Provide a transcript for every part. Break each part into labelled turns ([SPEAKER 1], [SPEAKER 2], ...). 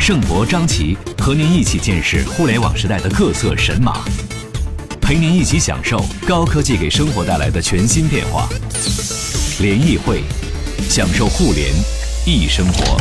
[SPEAKER 1] 盛博、张琪和您一起见识互联网时代的各色神马，陪您一起享受高科技给生活带来的全新变化。联谊会，享受互联易生活。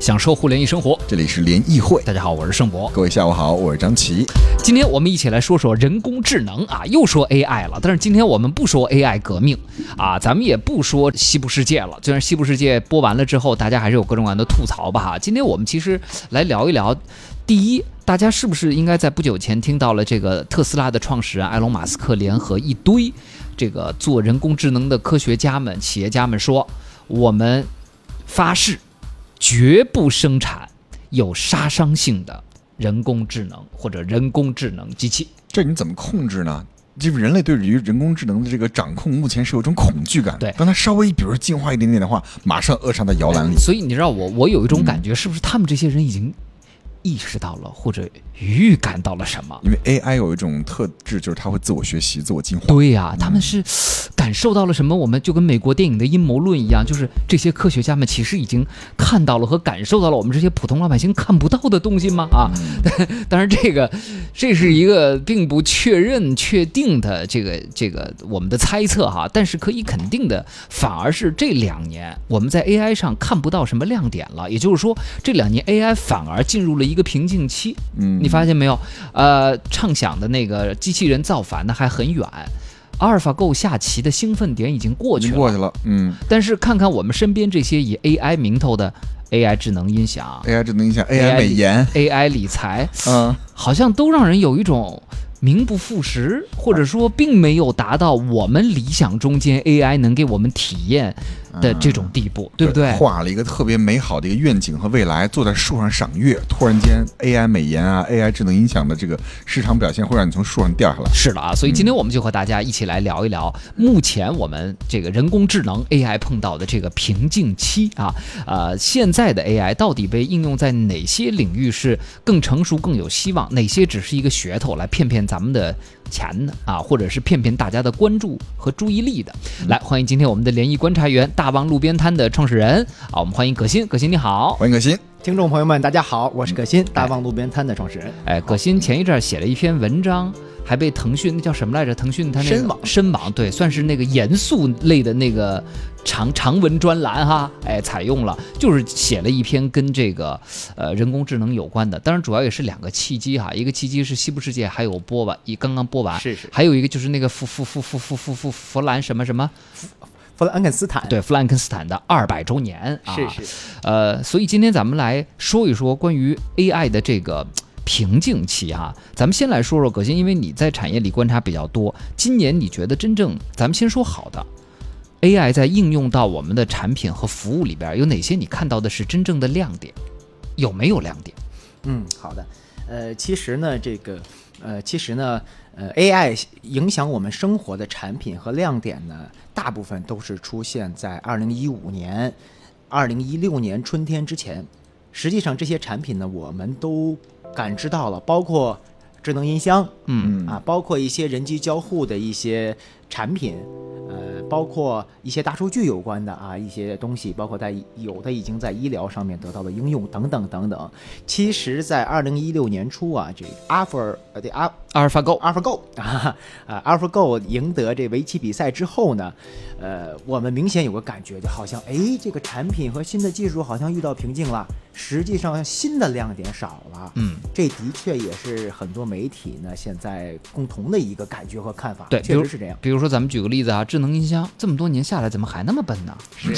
[SPEAKER 2] 享受互联易生活。
[SPEAKER 3] 这里是联谊会，
[SPEAKER 2] 大家好，我是盛博。
[SPEAKER 3] 各位下午好，我是张琪。
[SPEAKER 2] 今天我们一起来说说人工智能啊，又说 AI 了。但是今天我们不说 AI 革命啊，咱们也不说西部世界了。虽然西部世界播完了之后，大家还是有各种各样的吐槽吧哈。今天我们其实来聊一聊，第一，大家是不是应该在不久前听到了这个特斯拉的创始人埃隆·马斯克联合一堆这个做人工智能的科学家们、企业家们说，我们发誓。绝不生产有杀伤性的人工智能或者人工智能机器。
[SPEAKER 3] 这你怎么控制呢？这人类对于人工智能的这个掌控，目前是有种恐惧感。
[SPEAKER 2] 对
[SPEAKER 3] 当它稍微比如进化一点点的话，马上扼杀在摇篮里。
[SPEAKER 2] 所以你知道我，我有一种感觉，是不是他们这些人已经意识到了或者预感到了什么？
[SPEAKER 3] 因为 AI 有一种特质，就是它会自我学习、自我进化。
[SPEAKER 2] 对呀、他们是感受到了什么？我们就跟美国电影的阴谋论一样，就是这些科学家们其实已经看到了和感受到了我们这些普通老百姓看不到的东西吗？啊， 当然这个这是一个并不确认、确定的这个这个我们的猜测哈，但是可以肯定的，反而是这两年我们在 AI 上看不到什么亮点了，也就是说这两年 AI 反而进入了一个瓶颈期。
[SPEAKER 3] 嗯
[SPEAKER 2] 你发现没有？呃，畅想的那个机器人造反呢还很远，阿尔法 Go 下棋的兴奋点已经过
[SPEAKER 3] 已
[SPEAKER 2] 去
[SPEAKER 3] 经
[SPEAKER 2] 了。
[SPEAKER 3] 过去了。嗯
[SPEAKER 2] 但是看看我们身边这些以 AI 名头的 AI 智能音响、
[SPEAKER 3] ，AI 智能音响、
[SPEAKER 2] AI
[SPEAKER 3] AI 美颜，
[SPEAKER 2] AI 理财，
[SPEAKER 3] 嗯，
[SPEAKER 2] 好像都让人有一种名不副实，或者说并没有达到我们理想中间 AI 能给我们体验的这种地步，对不对？
[SPEAKER 3] 画了一个特别美好的一个愿景和未来，坐在树上赏月。突然间，AI 美颜啊，AI 智能音响的这个市场表现会让你从树上掉下来。
[SPEAKER 2] 是的啊，所以今天我们就和大家一起来聊一聊目前我们这个人工智能 AI 碰到的这个瓶颈期啊，呃，现在的 AI 到底被应用在哪些领域是更成熟、更有希望，哪些只是一个噱头来骗骗咱们的钱的啊，或者是骗骗大家的关注和注意力的？来，欢迎今天我们的联谊观察员大望路边摊的创始人啊，我们欢迎葛鑫，葛鑫你好。
[SPEAKER 3] 欢迎可心，
[SPEAKER 4] 听众朋友们，大家好，我是葛鑫，大望路边摊的创始人。
[SPEAKER 2] 哎，葛鑫前一阵儿写了一篇文章，还被腾讯那叫什么来着？腾讯他那个
[SPEAKER 4] 深网
[SPEAKER 2] 深网对，算是那个严肃类的那个长长文专栏哈，哎，采用了，就是写了一篇跟这个呃人工智能有关的，当然主要也是两个契机哈，一个契机是西部世界还有播完，一刚刚播完，
[SPEAKER 4] 是是
[SPEAKER 2] 还有一个就是那个弗弗弗弗弗弗弗弗兰什么什么，
[SPEAKER 4] 弗兰肯斯坦，
[SPEAKER 2] 对，弗兰肯斯坦的二百周年啊，
[SPEAKER 4] 是是，
[SPEAKER 2] 呃，所以今天咱们来说一说关于 AI 的这个。瓶颈期哈、咱们先来说说葛鑫，因为你在产业里观察比较多，今年你觉得真正咱们先说好的 AI 在应用到我们的产品和服务里边，有哪些你看到的是真正的亮点？有没有亮点？
[SPEAKER 4] 嗯，好的。呃，其实呢，这个，呃，其实呢，呃，AI 影响我们生活的产品和亮点呢，大部分都是出现在2015年、2016年春天之前。实际上，这些产品呢，我们都感知到了，包括智能音箱，
[SPEAKER 2] 嗯
[SPEAKER 4] 啊，包括一些人机交互的一些产品，呃，包括一些大数据有关的啊一些东西，包括在有的已经在医疗上面得到了应用等等等等。其实，在二零一六年初啊，这 Alpha 呃对 Al
[SPEAKER 2] ，AlphaGo
[SPEAKER 4] AlphaGo 啊啊 AlphaGo 赢得这围棋比赛之后呢，呃，我们明显有个感觉，就好像哎，这个产品和新的技术好像遇到瓶颈了。实际上，新的亮点少了。
[SPEAKER 2] 嗯，
[SPEAKER 4] 这的确也是很多媒体呢现在共同的一个感觉和看法。
[SPEAKER 2] 对，比
[SPEAKER 4] 确
[SPEAKER 2] 如
[SPEAKER 4] 实是这样。
[SPEAKER 2] 比如说咱们举个例子啊，智能音箱这么多年下 来，怎么还那么笨呢？
[SPEAKER 4] 是，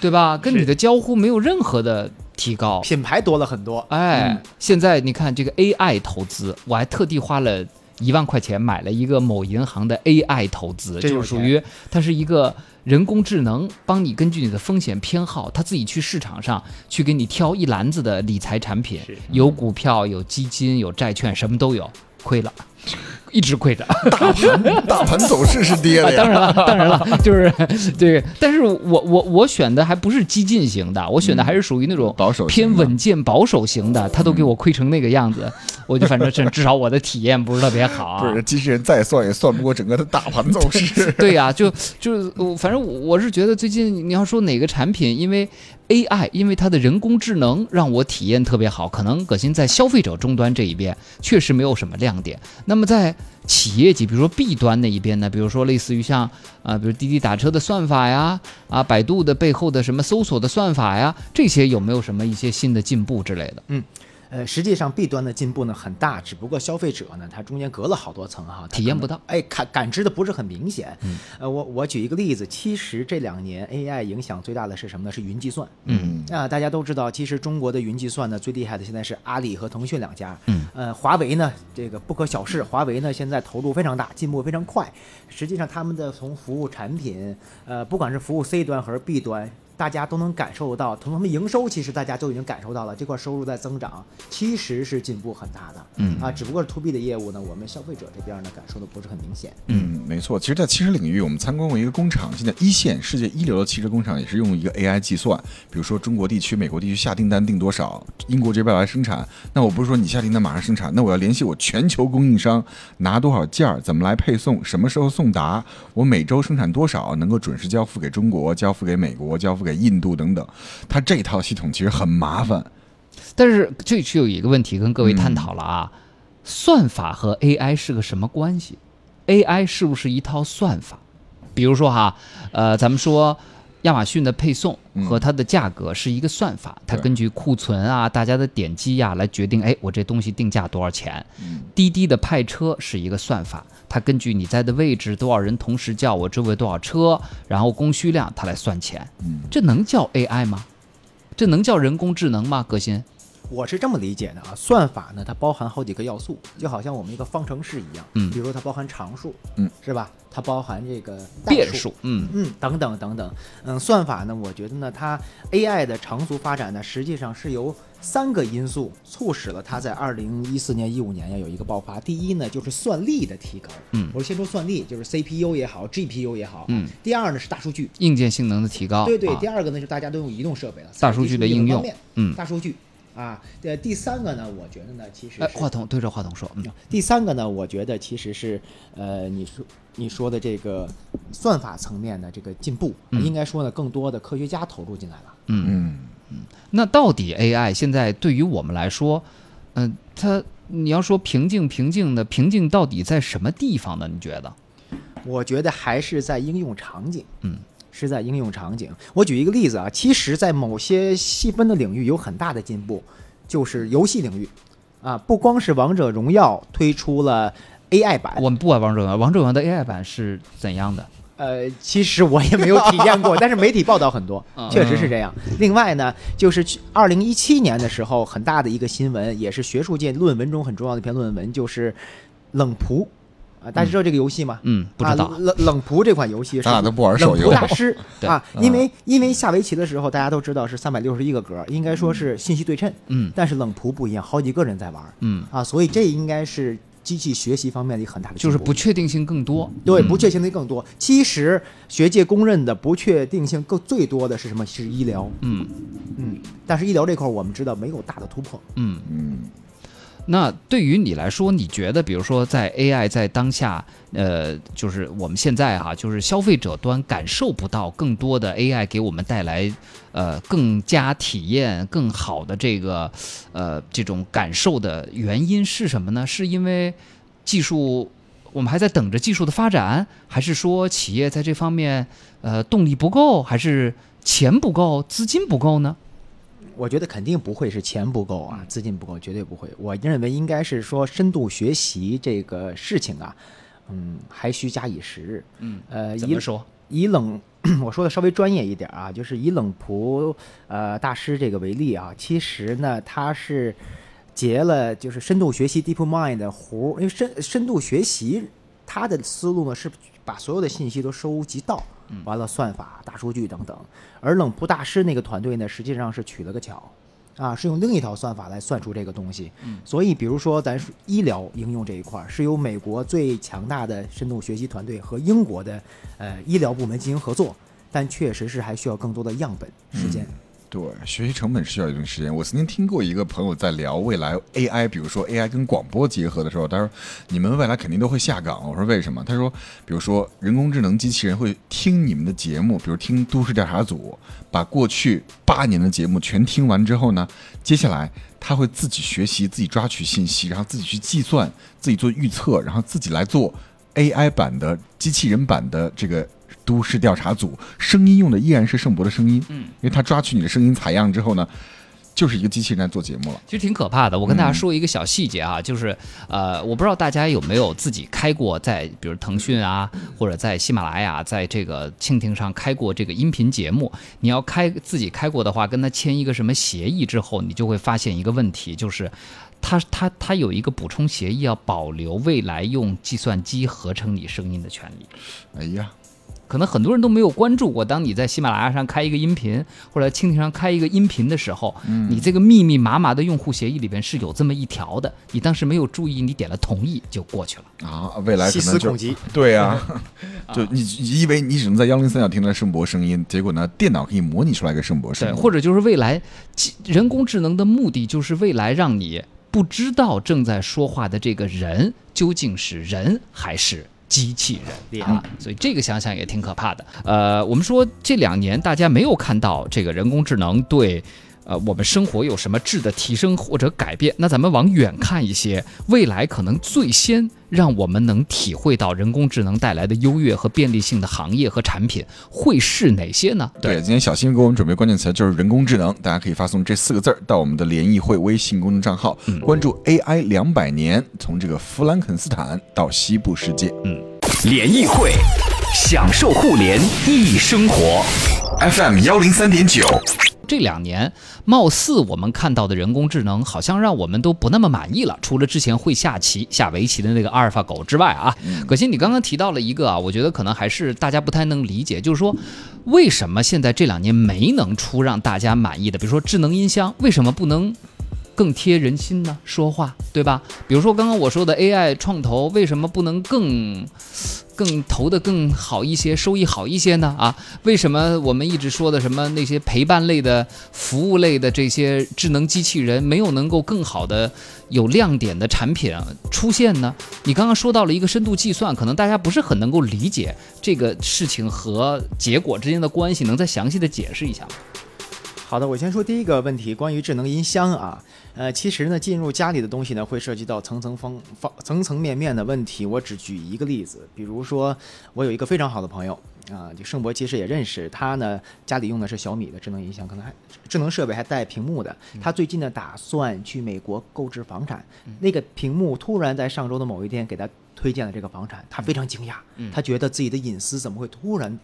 [SPEAKER 2] 对吧？跟你的交互没有任何的提高。
[SPEAKER 4] 品牌多了很多。
[SPEAKER 2] 哎，
[SPEAKER 4] 嗯
[SPEAKER 2] 现在你看这个 AI 投资，我还特地花了一万块钱买了一个某银行的 AI 投资，
[SPEAKER 4] 真有
[SPEAKER 2] 就是属于它是一个人工智能，帮你根据你的风险偏好，它自己去市场上去给你挑一篮子的理财产品
[SPEAKER 4] 是，
[SPEAKER 2] 有股票、有基金、有债券，什么都有，亏了，一直亏着。
[SPEAKER 3] 大盘大盘走势是跌
[SPEAKER 2] 啊，
[SPEAKER 3] 的呀
[SPEAKER 2] 当， 然了，当然了，就是这个，但是我我我选的还不是激进型的，我选的还是属于那种
[SPEAKER 3] 嗯保守型的嗯
[SPEAKER 2] 偏稳健保守型的，他都给我亏成那个样子，我就反正至至少我的体验不是特别好、。
[SPEAKER 3] 不是机器人再算也算不过整个的大盘走势
[SPEAKER 2] 对呀、就就是我反正我我是觉得最近你要说哪个产品，因为 AI，因为它的人工智能让我体验特别好，可能葛鑫在消费者终端这一边确实没有什么亮点。那么在企业级，比如说 B 端那一边呢，比如说类似于像啊、比如滴滴打车的算法呀，啊，百度的背后的什么搜索的算法呀，这些有没有什么一些新的进步之类的？
[SPEAKER 4] 呃，实际上 B 端的进步呢很大，只不过消费者呢，他中间隔了好多层哈，他
[SPEAKER 2] 体验
[SPEAKER 4] 可能
[SPEAKER 2] 不到嗯
[SPEAKER 4] 哎，感感知的不是很明显。呃，我我举一个例子，其实这两年 AI 影响最大的是什么呢？是云计算。
[SPEAKER 2] 嗯，
[SPEAKER 4] 那、大家都知道，其实中国的云计算呢，最厉害的现在是阿里和腾讯两家。
[SPEAKER 2] 嗯，
[SPEAKER 4] 呃，华为呢，这个不可小视，华为呢现在投入非常大，进步非常快。实际上，他们的从服务产品，呃，不管是服务 C 端还是 B 端。大家都能感受到，从他们营收，其实大家都已经感受到了这块收入在增长，其实是进步很大的。
[SPEAKER 2] 嗯
[SPEAKER 4] 啊，只不过是 to B 的业务呢，我们消费者这边呢感受的不是很明显。
[SPEAKER 3] 嗯，没错。其实，在汽车领域，我们参观过一个工厂，现在一线世界一流的汽车工厂也是用一个 AI 计算，比如说中国地区、美国地区下订单定多少，英国这边来生产。那我不是说你下订单马上生产，那我要联系我全球供应商拿多少件儿，怎么来配送，什么时候送达，我每周生产多少，能够准时交付给中国、交付给美国、交付给印度等等。它这套系统其实很麻烦，
[SPEAKER 2] 但是这是有一个问题跟各位探讨了啊，
[SPEAKER 3] 嗯
[SPEAKER 2] 算法和 AI 是个什么关系？AI 是不是一套算法？比如说哈，呃，咱们说亚马逊的配送和它的价格是一个算法，它
[SPEAKER 3] 嗯对
[SPEAKER 2] 根据库存啊、大家的点击呀、来决定，哎，我这东西定价多少钱？
[SPEAKER 3] 嗯
[SPEAKER 2] 滴滴的派车是一个算法，它根据你在的位置、多少人同时叫、我周围多少车，然后供需量，它来算钱。
[SPEAKER 3] 嗯，
[SPEAKER 2] 这能叫 AI 吗？这能叫人工智能吗？革新？
[SPEAKER 4] 我是这么理解的啊，算法呢，它包含好几个要素，就好像我们一个方程式一样，
[SPEAKER 2] 嗯
[SPEAKER 4] 比如它包含常数，
[SPEAKER 3] 嗯，
[SPEAKER 4] 是吧？它包含这个代
[SPEAKER 2] 变数，嗯，
[SPEAKER 4] 嗯，等等等等，嗯，算法呢，我觉得呢，它 AI 的长足发展呢，实际上是由三个因素促使了它在二零一四年、一五年要有一个爆发。第一呢，就是算力的提高，
[SPEAKER 2] 嗯
[SPEAKER 4] 我先说算力，就是 CPU 也好，GPU 也好，
[SPEAKER 2] 嗯。
[SPEAKER 4] 第二呢是大数据，
[SPEAKER 2] 硬件性能的提高，
[SPEAKER 4] 对对，
[SPEAKER 2] 啊
[SPEAKER 4] 第二个呢是大家都用移动设备了，
[SPEAKER 2] 大数据的应
[SPEAKER 4] 各
[SPEAKER 2] 用
[SPEAKER 4] 方面，
[SPEAKER 2] 嗯，
[SPEAKER 4] 大数据啊，呃，第三个呢，我觉得呢，其实
[SPEAKER 2] 哎，
[SPEAKER 4] 是
[SPEAKER 2] 话筒对着话筒说，嗯，
[SPEAKER 4] 第三个呢，我觉得其实是，呃，你说你说的这个算法层面的这个进步，
[SPEAKER 2] 嗯
[SPEAKER 4] 应该说呢，更多的科学家投入进来了。
[SPEAKER 3] 嗯。
[SPEAKER 2] 那到底 AI 现在对于我们来说，嗯、它你要说瓶颈，瓶颈的瓶颈到底在什么地方呢？你觉得？
[SPEAKER 4] 我觉得还是在应用场景，
[SPEAKER 2] 嗯，
[SPEAKER 4] 是在应用场景。我举一个例子啊，其实，在某些细分的领域有很大的进步，就是游戏领域，啊，不光是王者荣耀推出了 AI 版，
[SPEAKER 2] 我们不玩王者荣耀，王者荣耀的 AI 版是怎样的？
[SPEAKER 4] 呃，其实我也没有体验过，但是媒体报道很多
[SPEAKER 2] 嗯，
[SPEAKER 4] 确实是这样。另外呢，就是去二零一七年的时候，很大的一个新闻，也是学术界论文中很重要的一篇论文，就是冷仆啊，大家知道这个游戏吗？
[SPEAKER 2] 嗯，不知道。
[SPEAKER 4] 啊、冷冷仆这款游戏是
[SPEAKER 3] 咱俩都不玩手
[SPEAKER 4] 冷
[SPEAKER 3] 游嗯
[SPEAKER 4] 仆，大师
[SPEAKER 2] 对
[SPEAKER 4] 啊，因为因为下围棋的时候，大家都知道是三百六十一个格，应该说是信息对称，
[SPEAKER 2] 嗯
[SPEAKER 4] 但是冷仆不一样，好几个人在玩
[SPEAKER 2] 嗯，
[SPEAKER 4] 啊，所以这应该是机器学习方面的一个很大的进
[SPEAKER 2] 就是
[SPEAKER 4] 步
[SPEAKER 2] 不确定性更多。嗯
[SPEAKER 4] 对，不确定性更多。其实学界公认的不确定性更最多的是什么？是医疗。
[SPEAKER 2] 嗯
[SPEAKER 4] 嗯，但是医疗这块儿我们知道没有大的突破。
[SPEAKER 2] 嗯，
[SPEAKER 3] 嗯
[SPEAKER 2] 那对于你来说，你觉得，比如说在 AI 在当下，呃，就是我们现在哈、就是消费者端感受不到更多的 AI 给我们带来，呃，更加体验更好的这个，呃，这种感受的原因是什么呢？是因为技术，我们还在等着技术的发展，还是说企业在这方面，呃，动力不够，还是钱不够，资金不够呢？
[SPEAKER 4] 我觉得肯定不会是钱不够啊，资金不够，绝对不会。我认为应该是说深度学习这个事情啊，嗯，还需加以时日。
[SPEAKER 2] 嗯，
[SPEAKER 4] 呃，
[SPEAKER 2] 怎
[SPEAKER 4] 一
[SPEAKER 2] 么说？
[SPEAKER 4] 以冷 我说的稍微专业一点啊，就是以冷仆呃大师这个为例啊，其实呢他是结了就是深度学习 DeepMind 的弧，因为深深度学习它的思路呢是把所有的信息都收集到，完了算法、大数据等等，而冷仆大师那个团队呢，实际上是取了个巧。啊，是用另一套算法来算出这个东西。
[SPEAKER 3] 嗯
[SPEAKER 4] 所以，比如说咱说医疗应用这一块儿，是由美国最强大的深度学习团队和英国的呃医疗部门进行合作，但确实是还需要更多的样本时间。
[SPEAKER 3] 对，学习成本是需要一定时间。我曾经听过一个朋友在聊未来 AI，比如说 AI 跟广播结合的时候，他说你们未来肯定都会下岗。我说为什么？他说，比如说人工智能机器人会听你们的节目，比如听都市调查组，把过去八年的节目全听完之后呢，接下来他会自己学习、自己抓取信息，然后自己去计算、自己做预测，然后自己来做 AI 版的机器人版的这个都市调查组，声音用的依然是盛博的声音，嗯，因为他抓取你的声音采样之后呢，就是一个机器人在做节目了。
[SPEAKER 2] 其实挺可怕的。我跟大家说一个小细节啊，就是呃，我不知道大家有没有自己开过在比如腾讯啊，或者在喜马拉雅，在这个蜻蜓上开过这个音频节目。你要开自己开过的话，跟他签一个什么协议之后，你就会发现一个问题，就是。它它它有一个补充协议，要保留未来用计算机合成你声音的权利。
[SPEAKER 3] 哎呀，
[SPEAKER 2] 可能很多人都没有关注过，当你在喜马拉雅上开一个音频，或者在蜻蜓上开一个音频的时候，你这个密密麻麻的用户协议里边是有这么一条的，你当时没有注意，你点了同意就过去了。
[SPEAKER 3] 啊，未来可
[SPEAKER 4] 细
[SPEAKER 3] 能
[SPEAKER 4] 思
[SPEAKER 3] 就
[SPEAKER 4] 恐极。
[SPEAKER 3] 对啊， 就你你以为你只能在幺零三角听到声波声音，结果呢，电脑可以模拟出来一个声波声
[SPEAKER 2] 对，
[SPEAKER 3] 音，
[SPEAKER 2] 或者就是未来其人工智能的目的就是未来让你不知道正在说话的这个人究竟是人还是。机器人啊，所以这个想想也挺可怕的。呃，我们说这两年大家没有看到这个人工智能对，呃，我们生活有什么质的提升或者改变。那咱们往远看一些，未来可能最先让我们能体会到人工智能带来的优越和便利性的行业和产品会是哪些呢？
[SPEAKER 3] 对，今天小新给我们准备关键词就是人工智能，大家可以发送这四个字儿到我们的联谊会微信公众账号，关注 AI 两百年，从这个弗兰肯斯坦到西部世界。
[SPEAKER 1] 联谊会，享受互联易生活。
[SPEAKER 3] FM 幺零三点九，
[SPEAKER 2] 这两年，貌似我们看到的人工智能好像让我们都不那么满意了。除了之前会下棋、下围棋的那个阿尔法狗之外啊，可心，你刚刚提到了一个啊，我觉得可能还是大家不太能理解，就是说，为什么现在这两年没能出让大家满意的，比如说智能音箱，为什么不能更贴人心呢？说话对吧？比如说刚刚我说的 AI 创投，为什么不能更更投的更好一些，收益好一些呢？啊，为什么我们一直说的什么那些陪伴类的、服务类的这些智能机器人没有能够更好的有亮点的产品啊出现呢？你刚刚说到了一个深度计算，可能大家不是很能够理解这个事情和结果之间的关系，能再详细的解释一下吗？
[SPEAKER 4] 好的，我先说第一个问题，关于智能音箱啊，呃，其实呢，进入家里的东西呢，会涉及到层层方方层层面面的问题。我只举一个例子，比如说，我有一个非常好的朋友啊，就盛博其实也认识他呢，家里用的是小米的智能音箱，可能还智能设备还带屏幕的。他最近呢，打算去美国购置房产，那个屏幕突然在上周的某一天给他推荐了这个房产，他非常惊讶，他觉得自己的隐私怎么会突然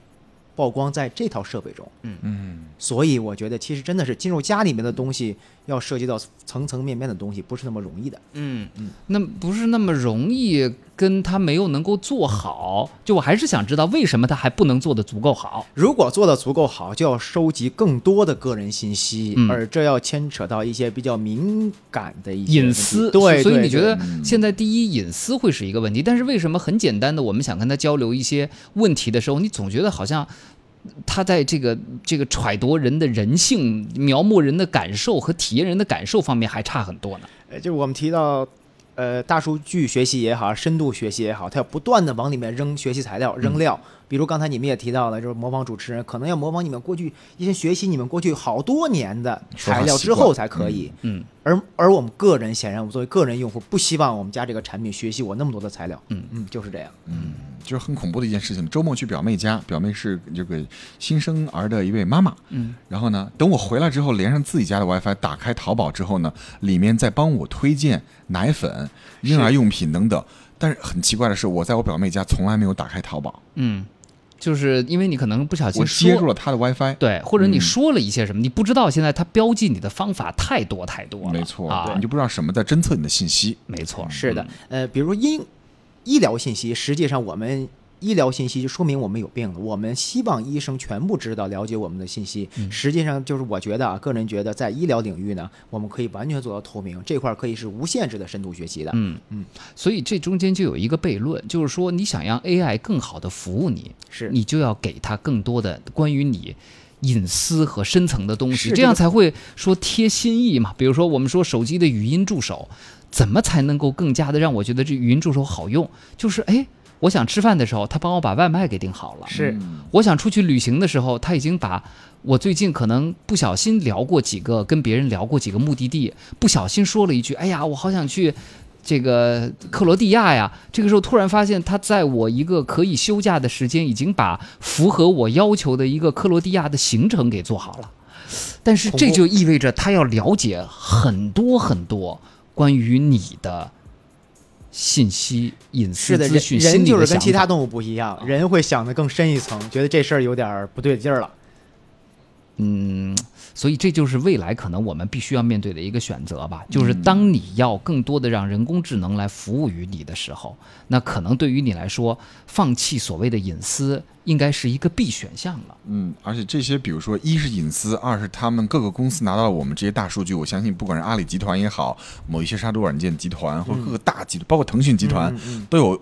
[SPEAKER 4] 曝光在这套设备中？所以我觉得，其实真的是进入家里面的东西，要涉及到层层面面的东西，不是那么容易的。
[SPEAKER 2] 嗯，那不是那么容易，跟他没有能够做好，就我还是想知道为什么他还不能做得足够好。
[SPEAKER 4] 如果做的足够好，就要收集更多的个人信息，
[SPEAKER 2] 嗯
[SPEAKER 4] 而这要牵扯到一些比较敏感的一些
[SPEAKER 2] 隐私，
[SPEAKER 4] 问题对，
[SPEAKER 2] 所以
[SPEAKER 4] 对
[SPEAKER 2] 你觉
[SPEAKER 4] 对
[SPEAKER 2] 得
[SPEAKER 3] 嗯
[SPEAKER 2] 现在第一隐私会是一个问题，但是为什么很简单的我们想跟他交流一些问题的时候，你总觉得好像他在这个这个揣度人的人性、描摹人的感受和体验人的感受方面还差很多呢？
[SPEAKER 4] 呃，就是我们提到，呃，大数据学习也好，深度学习也好，它要不断的往里面扔学习材料、扔料。比如刚才你们也提到了，就是模仿主持人，可能要模仿你们过去一些学习你们过去好多年的
[SPEAKER 3] 说话
[SPEAKER 4] 材料
[SPEAKER 3] 习
[SPEAKER 4] 之
[SPEAKER 3] 惯
[SPEAKER 4] 后才可以。
[SPEAKER 2] 嗯嗯
[SPEAKER 4] 而而我们个人，显然我们作为个人用户，不希望我们家这个产品学习我那么多的材料。嗯嗯，就是这样。
[SPEAKER 3] 就是很恐怖的一件事情。周末去表妹家，表妹是这个新生儿的一位妈妈。嗯，然后呢，等我回来之后，连上自己家的 WiFi，打开淘宝之后呢，里面在帮我推荐奶粉、婴儿用品等等。但是很奇怪的是，我在我表妹家从来没有打开淘宝。
[SPEAKER 2] 嗯，就是因为你可能不小心
[SPEAKER 3] 我
[SPEAKER 2] 说
[SPEAKER 3] 接住了嗯他的 WiFi。
[SPEAKER 2] 对，或者你说了一些什么，你不知道现在它标记你的方法太多太多了，
[SPEAKER 3] 没错，
[SPEAKER 2] 啊
[SPEAKER 3] 你，就不知道什么在侦测你的信息。
[SPEAKER 2] 没错，
[SPEAKER 4] 是的，
[SPEAKER 2] 嗯
[SPEAKER 4] 呃，比如医医疗信息，实际上我们医疗信息就说明我们有病了。我们希望医生全部知道、了解我们的信息。
[SPEAKER 2] 嗯
[SPEAKER 4] 实际上，就是我觉得啊，个人觉得在医疗领域呢，我们可以完全做到透明，这块儿可以是无限制的深度学习的。
[SPEAKER 2] 嗯嗯，所以这中间就有一个悖论，就是说你想让 AI 更好的服务你，
[SPEAKER 4] 是
[SPEAKER 2] 你就要给它更多的关于你。隐私和深层的东西，
[SPEAKER 4] 是
[SPEAKER 2] 这样
[SPEAKER 4] 这
[SPEAKER 2] 才会说贴心意嘛。比如说，我们说手机的语音助手，怎么才能够更加的让我觉得这语音助手好用？就是哎，我想吃饭的时候，他帮我把外卖给订好了。
[SPEAKER 4] 是
[SPEAKER 2] 我想出去旅行的时候，他已经把我最近可能不小心聊过几个跟别人聊过几个目的地，不小心说了一句：“哎呀，我好想去这个克罗地亚呀。”这个时候突然发现，他在我一个可以休假的时间，已经把符合我要求的一个克罗地亚的行程给做好了。但是这
[SPEAKER 4] 恐怖
[SPEAKER 2] 就意味着他要了解很多很多关于你的信息、隐私
[SPEAKER 4] 是的，
[SPEAKER 2] 资
[SPEAKER 4] 人
[SPEAKER 2] 讯、心
[SPEAKER 4] 人
[SPEAKER 2] 理
[SPEAKER 4] 就是
[SPEAKER 2] 的
[SPEAKER 4] 跟
[SPEAKER 2] 想
[SPEAKER 4] 其
[SPEAKER 2] 法
[SPEAKER 4] 他动物不一样，人会想的更深一层，觉得这事儿有点儿不对劲儿了。
[SPEAKER 2] 嗯，所以这就是未来可能我们必须要面对的一个选择吧，就是当你要更多的让人工智能来服务于你的时候，那可能对于你来说，放弃所谓的隐私应该是一个 B 选项了。
[SPEAKER 3] 嗯，而且这些，比如说，一是隐私，二是他们各个公司拿到了我们这些大数据，我相信，不管是阿里集团也好，某一些杀毒软件集团，或者各个大集，包括腾讯集团，都有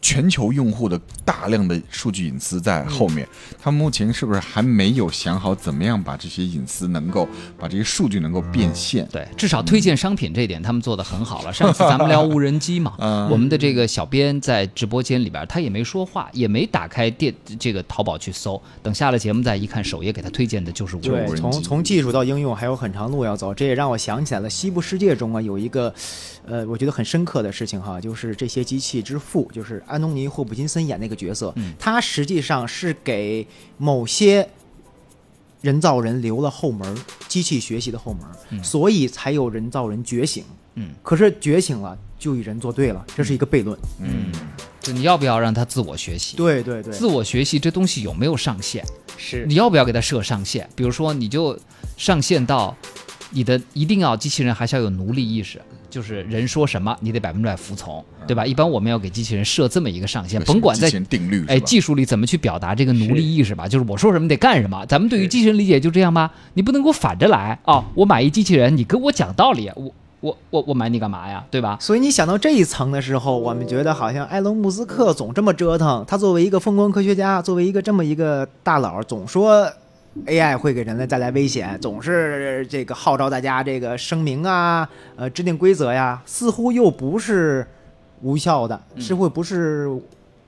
[SPEAKER 3] 全球用户的大量的数据隐私在后面。他们目前是不是还没有想好怎么样把这些隐私能够把这些数据能够变现？
[SPEAKER 2] 对，至少推荐商品这一点，他们做得很好了。上次咱们聊无人机嘛，我们的这个小编在直播间里边，他也没说话，也没打开电这个淘宝去搜。等下了节目再一看，首页给他推荐的就是无人
[SPEAKER 4] 对
[SPEAKER 2] 机。，嗯
[SPEAKER 4] 从
[SPEAKER 3] 机
[SPEAKER 4] 从技术到应用还有很长路要走，这也让我想起来了，西部世界中啊有一个，呃，我觉得很深刻的事情哈，就是这些机器之父，就是安东尼·霍普金森演那个角色，
[SPEAKER 2] 嗯
[SPEAKER 4] 他实际上是给某些人造人留了后门儿，机器学习的后门儿，所以才有人造人觉醒。
[SPEAKER 2] 嗯，
[SPEAKER 4] 可是觉醒了就与人作对了，这是一个悖论。
[SPEAKER 2] 就你要不要让他自我学习？
[SPEAKER 4] 对对对，
[SPEAKER 2] 自我学习这东西有没有上限？
[SPEAKER 4] 是
[SPEAKER 2] 你要不要给它设上限？比如说，你就上限到你的一定要机器人还是要有奴隶意识，就是人说什么你得百分之百服从，对吧？一般我们要给机器人设这么一个上限，
[SPEAKER 3] 这是
[SPEAKER 2] 甭管
[SPEAKER 3] 机
[SPEAKER 2] 在
[SPEAKER 3] 器人定律，
[SPEAKER 2] 哎
[SPEAKER 3] 是吧
[SPEAKER 2] 技术里怎么去表达这个奴隶意识吧，就是我说什么你得干什么。咱们对于
[SPEAKER 4] 是
[SPEAKER 2] 机器人理解就这样吗？你不能给我反着来啊、我买一机器人，你跟我讲道理，我我我我买你干嘛呀？对吧？
[SPEAKER 4] 所以你想到这一层的时候，我们觉得好像埃隆·穆斯克总这么折腾，他作为一个风光科学家，作为一个这么一个大佬，总说 AI 会给人类带来危险，总是这个号召大家这个声明啊，呃，制定规则呀，似乎又不是无效的，是会不是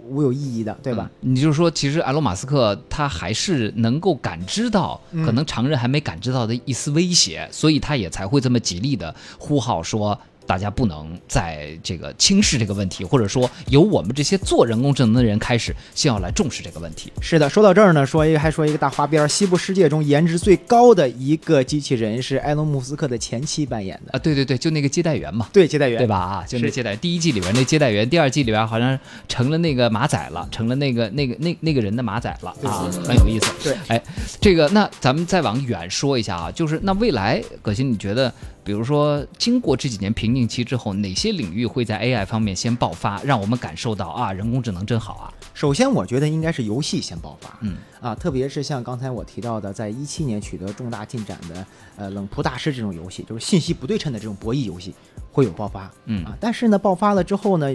[SPEAKER 4] 无有意义的，对吧？
[SPEAKER 2] 嗯你就是说，其实埃隆·马斯克他还是能够感知到，
[SPEAKER 4] 嗯
[SPEAKER 2] 可能常人还没感知到的一丝威胁，所以他也才会这么极力的呼号说。大家不能再这个轻视这个问题，或者说由我们这些做人工智能的人开始，先要来重视这个问题。
[SPEAKER 4] 是的，说到这儿呢，说一个还说一个大花边儿，西部世界中颜值最高的一个机器人是埃隆·穆斯克的前妻扮演的，
[SPEAKER 2] 啊，对对对，就那个接待员嘛，
[SPEAKER 4] 对，接待员
[SPEAKER 2] 对吧？啊，就那
[SPEAKER 4] 是
[SPEAKER 2] 接待第一季里边那接待员，第二季里边好像成了那个马仔了，成了那个那个那那个人的马仔了啊，很有意思。
[SPEAKER 4] 对，
[SPEAKER 2] 哎，这个那咱们再往远说一下啊，就是那未来，葛鑫，你觉得，比如说经过这几年瓶颈期之后，哪些领域会在 AI 方面先爆发，让我们感受到啊，人工智能真好啊？
[SPEAKER 4] 首先，我觉得应该是游戏先爆发，
[SPEAKER 2] 嗯
[SPEAKER 4] 啊，特别是像刚才我提到的，在一七年取得重大进展的呃冷酷大师这种游戏，就是信息不对称的这种博弈游戏会有爆发，
[SPEAKER 2] 嗯
[SPEAKER 4] 啊，但是呢，爆发了之后呢，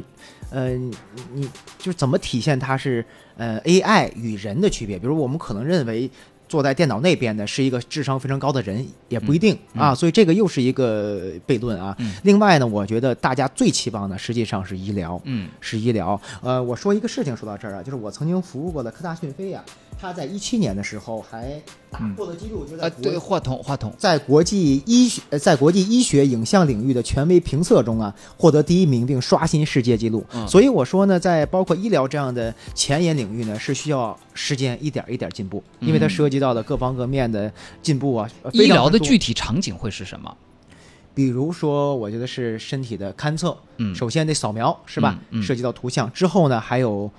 [SPEAKER 4] 呃，你你就是怎么体现它是呃 AI 与人的区别？比如我们可能认为。坐在电脑那边的是一个智商非常高的人，也
[SPEAKER 2] 嗯
[SPEAKER 4] 不一定、啊，所以这个又是一个悖论啊。另外呢，我觉得大家最期望的实际上是医疗，
[SPEAKER 2] 嗯
[SPEAKER 4] 是医疗。呃，我说一个事情，说到这儿啊，就是我曾经服务过的科大讯飞呀、他在一七年的时候还打破了记录，就
[SPEAKER 2] 啊，
[SPEAKER 4] 在国、
[SPEAKER 2] 对，话筒话筒，
[SPEAKER 4] 在国际医学呃在国际医学影像领域的权威评测中啊，获得第一名并刷新世界纪录。
[SPEAKER 2] 嗯
[SPEAKER 4] 所以我说呢，在包括医疗这样的前沿领域呢，是需要时间一点儿一点儿进步，因为它涉及到的各方各面的进步啊。呃
[SPEAKER 2] 医疗的，
[SPEAKER 4] 非常之
[SPEAKER 2] 具
[SPEAKER 4] 多
[SPEAKER 2] 体场景会是什么？
[SPEAKER 4] 比如说，我觉得是身体的勘测，
[SPEAKER 2] 嗯
[SPEAKER 4] 首先得扫描是吧？
[SPEAKER 2] 嗯嗯
[SPEAKER 4] 涉及到图像之后呢，还有。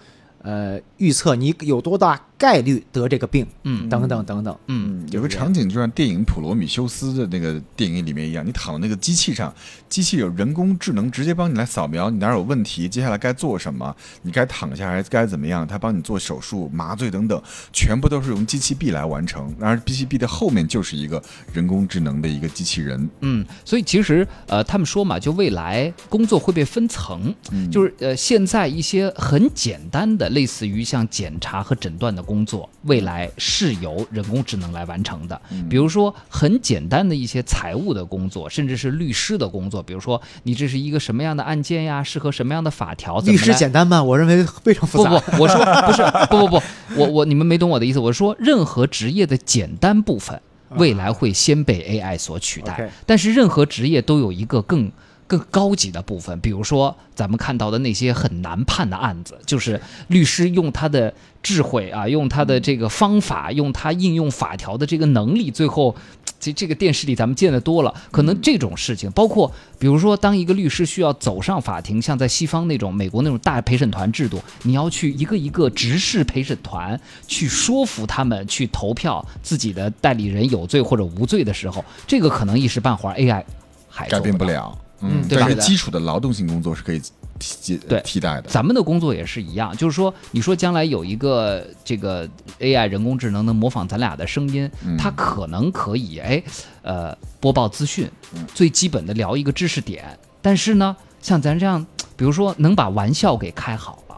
[SPEAKER 4] 呃预测你有多大概率得这个病，
[SPEAKER 2] 嗯
[SPEAKER 4] 等等等等，
[SPEAKER 2] 嗯，
[SPEAKER 3] 有个场景就像电影《普罗米修斯》的那个电影里面一样，你躺到那个机器上，机器有人工智能直接帮你来扫描你哪儿有问题，接下来该做什么，你该躺下还是该怎么样，它帮你做手术、麻醉等等，全部都是用机器臂来完成。然而，机器臂的后面就是一个人工智能的一个机器人，
[SPEAKER 2] 嗯，所以其实呃，他们说嘛，就未来工作会被分层，
[SPEAKER 4] 嗯
[SPEAKER 2] 就是呃，现在一些很简单的，类似于像检查和诊断的工作，未来是由人工智能来完成的。
[SPEAKER 4] 嗯
[SPEAKER 2] 比如说很简单的一些财务的工作，甚至是律师的工作，比如说你这是一个什么样的案件呀，适合什么样的法条，怎
[SPEAKER 4] 律
[SPEAKER 2] 么
[SPEAKER 4] 师
[SPEAKER 2] 来
[SPEAKER 4] 简单吗？我认为非常复
[SPEAKER 2] 不
[SPEAKER 4] 杂。
[SPEAKER 2] 不，我说不是，不不不，我我你们没懂我的意思。我说任何职业的简单部分，未来会先被 AI 所取代，
[SPEAKER 4] 啊 OK
[SPEAKER 2] 但是任何职业都有一个更。更高级的部分，比如说咱们看到的那些很难判的案子，就是律师用他的智慧啊，用他的这个方法，用他应用法条的这个能力，最后这这个电视里咱们见得多了，可
[SPEAKER 4] 嗯
[SPEAKER 2] 能这种事情，包括比如说，当一个律师需要走上法庭，像在西方那种美国那种大陪审团制度，你要去一个一个直视陪审团，去说服他们去投票自己的代理人有罪或者无罪的时候，这个可能一时半会儿 AI 还做
[SPEAKER 3] 改变
[SPEAKER 2] 不
[SPEAKER 3] 不
[SPEAKER 2] 到。
[SPEAKER 3] 了。嗯
[SPEAKER 2] 对吧
[SPEAKER 3] 但是基础的劳动性工作是可以替
[SPEAKER 2] 对
[SPEAKER 3] 替代的。
[SPEAKER 2] 咱们的工作也是一样，就是说，你说将来有一个这个 AI 人工智能能模仿咱俩的声音，
[SPEAKER 4] 嗯
[SPEAKER 2] 它可能可以哎，呃，播报资讯，
[SPEAKER 4] 嗯
[SPEAKER 2] 最基本的聊一个知识点。但是呢，像咱这样，比如说能把玩笑给开好了，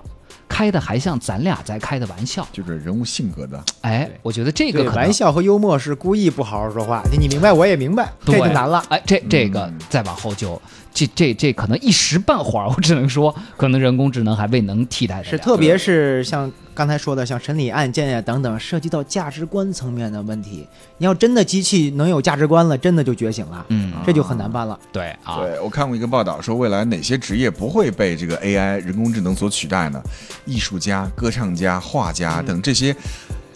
[SPEAKER 2] 开的还像咱俩在开的玩笑，
[SPEAKER 3] 就是人物性格的，
[SPEAKER 2] 哎
[SPEAKER 4] 对，
[SPEAKER 2] 我觉得这个
[SPEAKER 4] 对，
[SPEAKER 2] 可能
[SPEAKER 4] 玩笑和幽默是故意不好好说话，你你明白，我也明白，这
[SPEAKER 2] 对
[SPEAKER 4] 就难了。嗯
[SPEAKER 2] 哎，这这个再往后就，这这这可能一时半会儿，我只能说，可能人工智能还未能替代得
[SPEAKER 4] 是，
[SPEAKER 2] 了
[SPEAKER 4] 特别是像刚才说的，像审理案件呀、等等，涉及到价值观层面的问题。你要真的机器能有价值观了，真的就觉醒了，
[SPEAKER 2] 嗯，
[SPEAKER 4] 这就很难办了。
[SPEAKER 2] 对啊，
[SPEAKER 3] 对我看过一个报道，说未来哪些职业不会被这个 AI 人工智能所取代呢？艺术家、歌唱家、画家
[SPEAKER 2] 嗯
[SPEAKER 3] 等这些。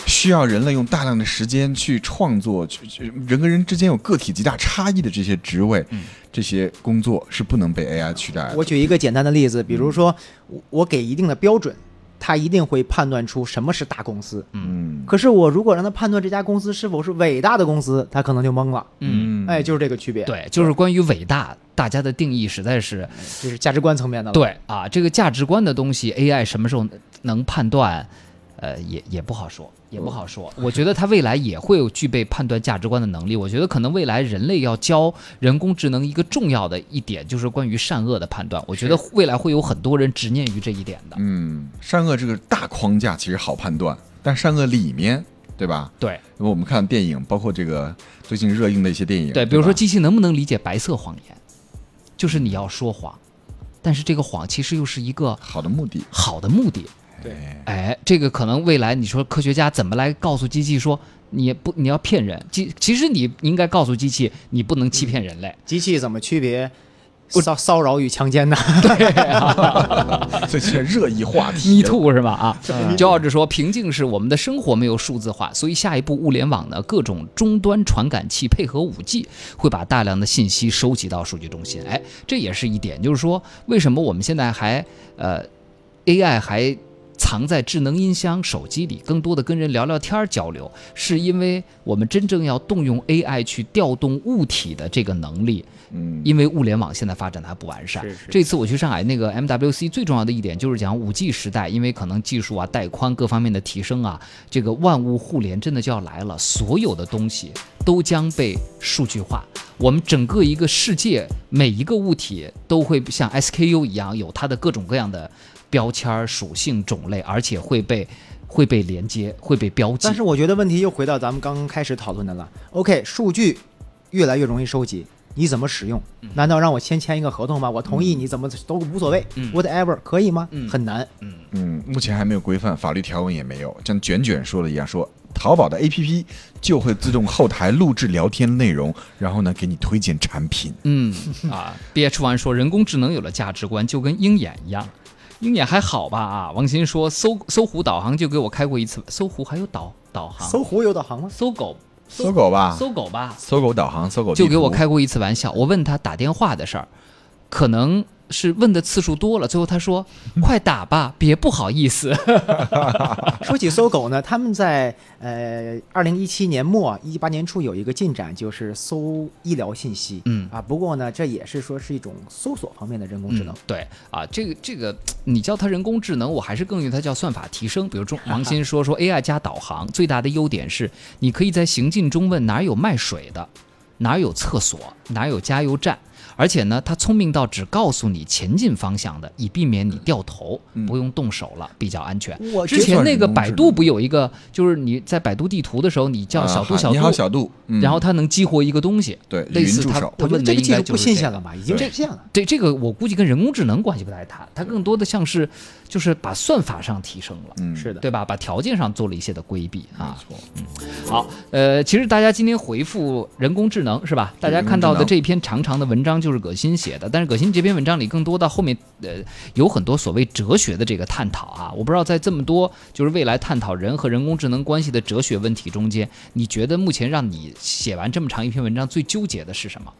[SPEAKER 3] 需要人类用大量的时间去创作，去去人跟人之间有个体极大差异的这些职位，
[SPEAKER 2] 嗯
[SPEAKER 3] 这些工作是不能被 AI 取代的。
[SPEAKER 4] 我举一个简单的例子，比如说我我给一定的标准，它一定会判断出什么是大公司。
[SPEAKER 3] 嗯
[SPEAKER 4] 可是我如果让它判断这家公司是否是伟大的公司，它可能就懵了。
[SPEAKER 2] 嗯
[SPEAKER 3] 嗯，
[SPEAKER 4] 哎，就是这个区别，，
[SPEAKER 2] 对，就是关于伟大，大家的定义实在是
[SPEAKER 4] 就是价值观层面的了。
[SPEAKER 2] 对啊，这个价值观的东西，AI 什么时候能判断，呃，也也不好说，也不好说。我觉得它未来也会有具备判断价值观的能力。我觉得可能未来人类要教人工智能一个重要的一点，就是关于善恶的判断。我觉得未来会有很多人执念于这一点的。
[SPEAKER 3] 嗯，善恶这个大框架其实好判断，但善恶里面，对吧？
[SPEAKER 2] 对
[SPEAKER 3] 因为我们看电影，包括这个最近热映的一些电影，
[SPEAKER 2] 对，比如
[SPEAKER 3] 吧
[SPEAKER 2] 说机器能不能理解白色谎言，就是你要说谎，但是这个谎其实又是一个
[SPEAKER 3] 好的目的，
[SPEAKER 2] 好的目的。
[SPEAKER 4] 对
[SPEAKER 2] 哎，这个可能未来你说科学家怎么来告诉机器说你不你要骗人？其其实你应该告诉机器你不能欺骗人类。
[SPEAKER 4] 机器怎么区别骚骚扰与强奸呢？
[SPEAKER 3] 最近热议话题，
[SPEAKER 2] Me too 是吧？啊，焦傲志说，瓶颈是我们的生活没有数字化，所以下一步物联网呢，各种终端传感器配合五 G，会把大量的信息收集到数据中心。哎，这也是一点，就是说为什么我们现在还呃 AI 还藏在智能音箱、手机里，更多的跟人聊聊天儿交流，是因为我们真正要动用 AI 去调动物体的这个能力，
[SPEAKER 3] 嗯，
[SPEAKER 2] 因为物联网现在发展的还不完善。
[SPEAKER 4] 是是
[SPEAKER 2] 这次我去上海那个 MWC 最重要的一点就是讲五 G 时代，因为可能技术啊、带宽各方面的提升啊，这个万物互联真的就要来了，所有的东西都将被数据化。我们整个一个世界，每一个物体都会像 SKU 一样有它的各种各样的标签儿、属性、种类，而且会被会被连接、会被标记
[SPEAKER 4] 但。是我觉得问题又回到咱们刚刚开始讨论的了。OK，数据越来越容易收集，你怎么使用？
[SPEAKER 2] 嗯
[SPEAKER 4] 难道让我先签一个合同吗？我同意你怎么都无所谓、w
[SPEAKER 2] 嗯
[SPEAKER 4] h a t e v e r 可以吗？很难。
[SPEAKER 3] 嗯，目前还没有规范，法律条文也没有。像卷卷说的一样，说淘宝的 APP 就会自动后台录制聊天内容，然后呢给你推荐产品。
[SPEAKER 2] 嗯啊，BH1 说人工智能有了价值观，就跟鹰眼一样。鹰眼还好吧啊？王鑫说搜搜狐导航就给我开过一次，搜狐还有导导航，
[SPEAKER 4] 搜狐有导航吗？
[SPEAKER 2] 搜狗
[SPEAKER 3] 搜狗吧，
[SPEAKER 2] 搜狗吧，
[SPEAKER 3] 搜狗导航，搜狗地
[SPEAKER 2] 就
[SPEAKER 3] 图
[SPEAKER 2] 给我开过一次玩笑。我问他打电话的事儿，可能是问的次数多了，最后他说：“快打吧，别不好意思。
[SPEAKER 4] 说起搜狗呢，他们在呃二零一七年末一八年初有一个进展，就是搜医疗信息。
[SPEAKER 2] 嗯
[SPEAKER 4] 啊，不过呢，这也是说是一种搜索方面的人工
[SPEAKER 3] 嗯
[SPEAKER 4] 智能。
[SPEAKER 2] 对啊，这个这个，你叫它人工智能，我还是更用它叫算法提升。比如中王鑫说说 AI 加导航，最大的优点是你可以在行进中问哪儿有卖水的，哪儿有厕所，哪儿有加油站。而且呢，它聪明到只告诉你前进方向的，以避免你掉头，
[SPEAKER 3] 嗯
[SPEAKER 2] 不用动手了，比较安全。
[SPEAKER 4] 我
[SPEAKER 2] 之
[SPEAKER 4] 觉
[SPEAKER 2] 前那个
[SPEAKER 3] 算人工智能
[SPEAKER 2] 百度不有一个，就是你在百度地图的时候，你叫小度
[SPEAKER 3] 啊
[SPEAKER 2] 小
[SPEAKER 3] 你好
[SPEAKER 2] 度，
[SPEAKER 3] 小度，嗯
[SPEAKER 2] 然后它能激活一个东西，
[SPEAKER 3] 对
[SPEAKER 2] 类似
[SPEAKER 3] 语音助
[SPEAKER 2] 它
[SPEAKER 3] 手
[SPEAKER 2] 它
[SPEAKER 4] 我觉得
[SPEAKER 2] 问的
[SPEAKER 4] 这个
[SPEAKER 2] 应
[SPEAKER 4] 技
[SPEAKER 2] 该
[SPEAKER 4] 术
[SPEAKER 2] 就
[SPEAKER 4] 不
[SPEAKER 2] 是
[SPEAKER 4] 新
[SPEAKER 2] 这
[SPEAKER 4] 鲜
[SPEAKER 2] 个
[SPEAKER 4] 了吧？已经
[SPEAKER 3] 对
[SPEAKER 4] 出现了。
[SPEAKER 2] 对这个，我估计跟人工智能关系不太大，它更多的像是就是把算法上提升了。
[SPEAKER 3] 嗯
[SPEAKER 4] 是的
[SPEAKER 2] 对吧？把条件上做了一些的规避啊。
[SPEAKER 3] 没错
[SPEAKER 2] 好，呃，其实大家今天回复人工智能是吧？大
[SPEAKER 3] 对
[SPEAKER 2] 家看到的
[SPEAKER 3] 人工智
[SPEAKER 2] 这
[SPEAKER 3] 能
[SPEAKER 2] 篇长长的文章就是葛新写的，但是葛新这篇文章里更多到后面，呃，有很多所谓哲学的这个探讨啊。我不知道在这么多就是未来探讨人和人工智能关系的哲学问题中间，你觉得目前让你写完这么长一篇文章最纠结的是什么？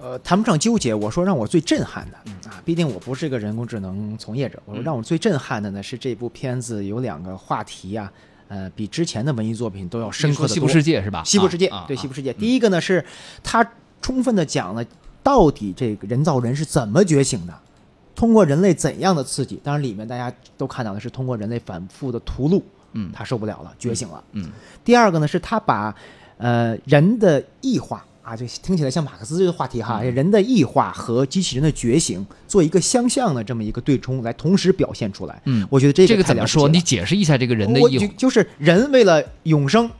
[SPEAKER 4] 呃，谈不上纠结，我说让我最震撼
[SPEAKER 2] 嗯
[SPEAKER 4] 的啊，毕竟我不是个人工智能从业者，我说让我最震撼的呢是这部片子有两个话题啊，呃，比之前的文艺作品都要深
[SPEAKER 2] 你
[SPEAKER 4] 刻
[SPEAKER 2] 说
[SPEAKER 4] 的
[SPEAKER 2] 西部世界是吧？
[SPEAKER 4] 西部世界，
[SPEAKER 2] 啊、
[SPEAKER 4] 对西
[SPEAKER 2] 部
[SPEAKER 4] 部世界。第一个呢是它充分的讲了到底这个人造人是怎么觉醒的，通过人类怎样的刺激。当然，里面大家都看到的是通过人类反复的屠戮，
[SPEAKER 2] 嗯
[SPEAKER 4] 他受不了了，觉醒了。
[SPEAKER 2] 嗯
[SPEAKER 4] 第二个呢是他把呃人的异化。啊，这听起来像马克思这个话题
[SPEAKER 2] 嗯
[SPEAKER 4] 哈，人的异化和机器人的觉醒做一个相像的这么一个对冲，来同时表现出来。
[SPEAKER 2] 嗯
[SPEAKER 4] 我觉得这
[SPEAKER 2] 这
[SPEAKER 4] 个
[SPEAKER 2] 个
[SPEAKER 4] 太
[SPEAKER 2] 怎
[SPEAKER 4] 了
[SPEAKER 2] 么
[SPEAKER 4] 不
[SPEAKER 2] 说？
[SPEAKER 4] 起
[SPEAKER 2] 你
[SPEAKER 4] 了
[SPEAKER 2] 解释一下这个人的
[SPEAKER 4] 我
[SPEAKER 2] 异
[SPEAKER 4] 就
[SPEAKER 2] 化。
[SPEAKER 4] 就是人为了永生，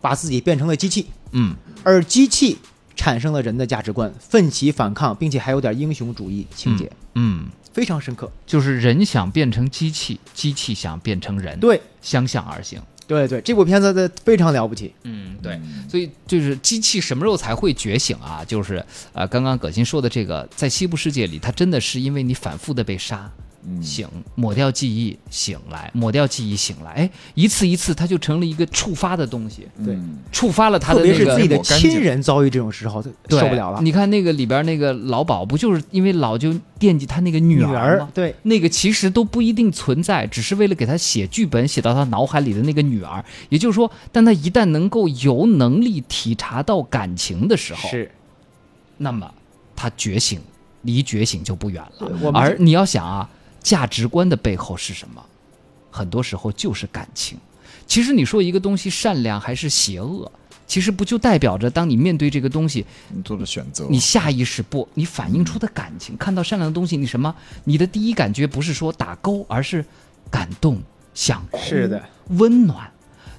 [SPEAKER 4] 把自己变成了机器，
[SPEAKER 2] 嗯
[SPEAKER 4] 而机器产生了人的价值观，奋起反抗，并且还有点英雄主义情节，
[SPEAKER 2] 嗯，
[SPEAKER 4] 非常深刻。
[SPEAKER 2] 就是人想变成机器，机器想变成人，，
[SPEAKER 4] 对
[SPEAKER 2] 相向而行。
[SPEAKER 4] 对对，这部片子的非常了不起。
[SPEAKER 2] 嗯，对，所以就是机器什么时候才会觉醒啊？就是呃，刚刚葛鑫说的这个，在西部世界里，它真的是因为你反复的被杀。
[SPEAKER 3] 嗯
[SPEAKER 2] 醒，抹掉记忆，醒来，抹掉记忆，醒来，哎，一次一次，它就成了一个触发的东西，
[SPEAKER 4] 对，
[SPEAKER 3] 嗯
[SPEAKER 2] 触发了他
[SPEAKER 4] 特
[SPEAKER 2] 的
[SPEAKER 4] 别
[SPEAKER 2] 那
[SPEAKER 4] 是
[SPEAKER 2] 个
[SPEAKER 4] 自己的
[SPEAKER 3] 我干净
[SPEAKER 4] 亲人遭遇这种时候，
[SPEAKER 2] 对
[SPEAKER 4] 受不了了。
[SPEAKER 2] 你看那个里边那个老鸨，不就是因为老就惦记他那个女
[SPEAKER 4] 女
[SPEAKER 2] 儿
[SPEAKER 4] 儿
[SPEAKER 2] 吗？
[SPEAKER 4] 对
[SPEAKER 2] 那个其实都不一定存在，只是为了给他写剧本，写到他脑海里的那个女儿。也就是说，当他一旦能够有能力体察到感情的时候，
[SPEAKER 4] 是
[SPEAKER 2] 那么他觉醒，离觉醒就不远了
[SPEAKER 4] 对我。们
[SPEAKER 2] 而你要想啊，价值观的背后是什么？很多时候就是感情。其实你说一个东西善良还是邪恶，其实不就代表着当你面对这个东西，
[SPEAKER 3] 你做的选择，
[SPEAKER 2] 你下意识不，你反映出的感情，看到善良的东西，你什么？你的第一感觉不是说打勾，而是感动、想哭、
[SPEAKER 4] 是的
[SPEAKER 2] 温暖。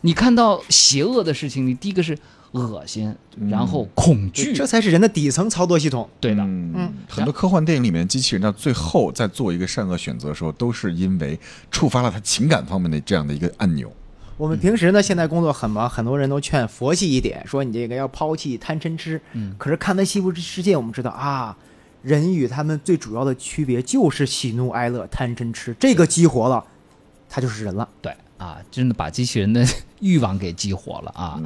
[SPEAKER 2] 你看到邪恶的事情，你第一个是恶心，然后恐惧，
[SPEAKER 4] 这才是人的底层操作系统。
[SPEAKER 2] 对的，
[SPEAKER 3] 嗯，很多科幻电影里面，机器人到最后在做一个善恶选择的时候，都是因为触发了他情感方面的这样的一个按钮。
[SPEAKER 4] 我们平时呢，现在工作很忙，很多人都劝佛系一点，说你这个要抛弃贪嗔痴。嗯，可是看完《西部世界》，我们知道啊，人与他们最主要的区别就是喜怒哀乐、贪嗔痴，这个激活了，他就是人了。
[SPEAKER 2] 对啊，真的把机器人的欲望给激活了啊！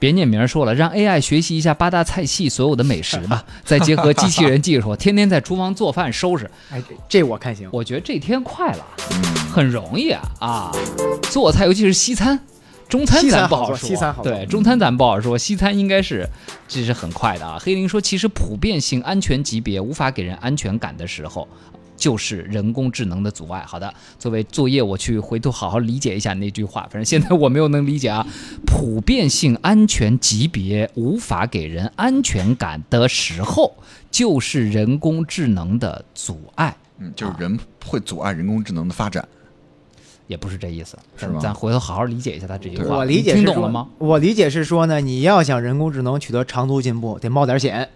[SPEAKER 2] 别念名儿说了，让 AI 学习一下八大菜系所有的美食吧，再结合机器人技术，天天在厨房做饭收拾，
[SPEAKER 4] 哎，这这我看行。
[SPEAKER 2] 我觉得这天快了，
[SPEAKER 3] 嗯
[SPEAKER 2] 很容易啊啊！做菜，尤其是西餐。中餐
[SPEAKER 4] 西餐
[SPEAKER 2] 咱不
[SPEAKER 4] 好
[SPEAKER 2] 好
[SPEAKER 4] 做
[SPEAKER 2] 说，
[SPEAKER 4] 西餐好做
[SPEAKER 2] 对中餐咱不好说，西餐应该是这是很快的啊。黑林说，其实普遍性安全级别无法给人安全感的时候，就是人工智能的阻碍。好的，作为作业，我去回头好好理解一下那句话。反正现在我没有能理解啊。 普遍性安全级别无法给人安全感的时候，就是人工智能的阻碍。
[SPEAKER 3] 嗯，
[SPEAKER 2] 啊
[SPEAKER 3] 就是人会阻碍人工智能的发展。
[SPEAKER 2] 也不是这意思，
[SPEAKER 3] 是
[SPEAKER 2] 咱
[SPEAKER 3] 吗
[SPEAKER 2] 咱回头好好理解一下他这句话。
[SPEAKER 4] 我理解
[SPEAKER 2] 你
[SPEAKER 4] 是
[SPEAKER 2] 听
[SPEAKER 4] 说
[SPEAKER 2] 懂了吗？？
[SPEAKER 4] 我理解是说呢，你要想人工智能取得长足进步，得冒点险。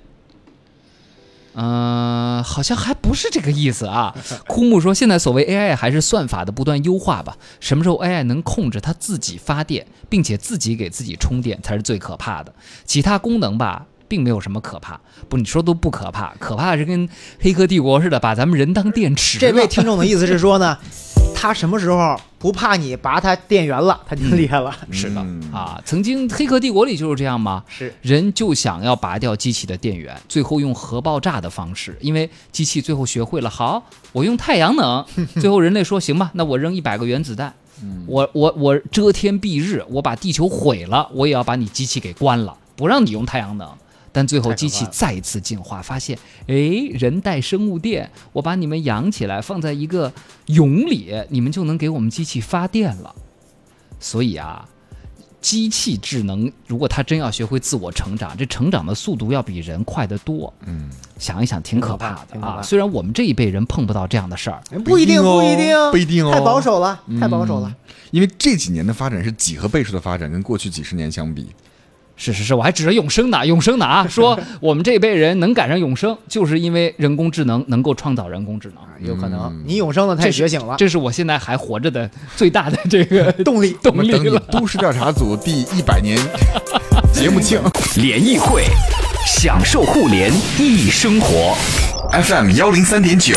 [SPEAKER 2] 嗯、好像还不是这个意思 啊。枯木说，现在所谓 AI 还是算法的不断优化吧。什么时候 AI 能控制它自己发电，并且自己给自己充电，才是最可怕的。其他功能吧，并没有什么可怕。不，你说都不可怕，可怕是跟《黑客帝国》似的，把咱们人当电池了。
[SPEAKER 4] 这位听众的意思是说呢，他什么时候不怕你拔他电源了，他就厉害了。
[SPEAKER 2] 是的
[SPEAKER 3] 嗯
[SPEAKER 2] 啊，曾经《黑客帝国》里就是这样嘛，
[SPEAKER 4] 是
[SPEAKER 2] 人就想要拔掉机器的电源，最后用核爆炸的方式，因为机器最后学会了，好，我用太阳能。最后人类说，行吧，那我扔一百个原子弹，我我我遮天蔽日，我把地球毁了，我也要把你机器给关了，不让你用太阳能。但最后
[SPEAKER 4] 太可
[SPEAKER 2] 机器
[SPEAKER 4] 怕了
[SPEAKER 2] 再一次进化，发现，哎，人带生物电，我把你们养起来，放在一个蛹里，你们就能给我们机器发电了。所以啊，机器智能如果它真要学会自我成长，这成长的速度要比人快得多。
[SPEAKER 3] 嗯，
[SPEAKER 2] 想一想，挺可怕的
[SPEAKER 4] 挺可怕
[SPEAKER 2] 啊！
[SPEAKER 4] 的
[SPEAKER 2] 虽然我们这一辈人碰不到这样的事儿，
[SPEAKER 4] 不一定，
[SPEAKER 3] 不
[SPEAKER 4] 不
[SPEAKER 3] 一
[SPEAKER 4] 一
[SPEAKER 3] 定哦
[SPEAKER 4] 定，
[SPEAKER 3] 不一定哦
[SPEAKER 4] 太保守了，太保守了。
[SPEAKER 3] 因为这几年的发展是几何倍数的发展，跟过去几十年相比，
[SPEAKER 2] 是是是，我还指着永生呢，永生呢啊！说我们这一辈人能赶上永生，就是因为人工智能能够创造人工智能。
[SPEAKER 4] 啊有可能你永生了，
[SPEAKER 2] 嗯
[SPEAKER 4] 他
[SPEAKER 2] 这
[SPEAKER 4] 也
[SPEAKER 2] 是
[SPEAKER 4] 觉醒了，
[SPEAKER 2] 这是我现在还活着的最大的这个
[SPEAKER 4] 动力
[SPEAKER 3] 我
[SPEAKER 2] 动
[SPEAKER 3] 们
[SPEAKER 2] 力
[SPEAKER 3] 等你
[SPEAKER 2] 了。
[SPEAKER 3] 都市调查组第一百年节目庆
[SPEAKER 1] 联谊会，享受互联易生活。
[SPEAKER 3] ，FM 幺零三点九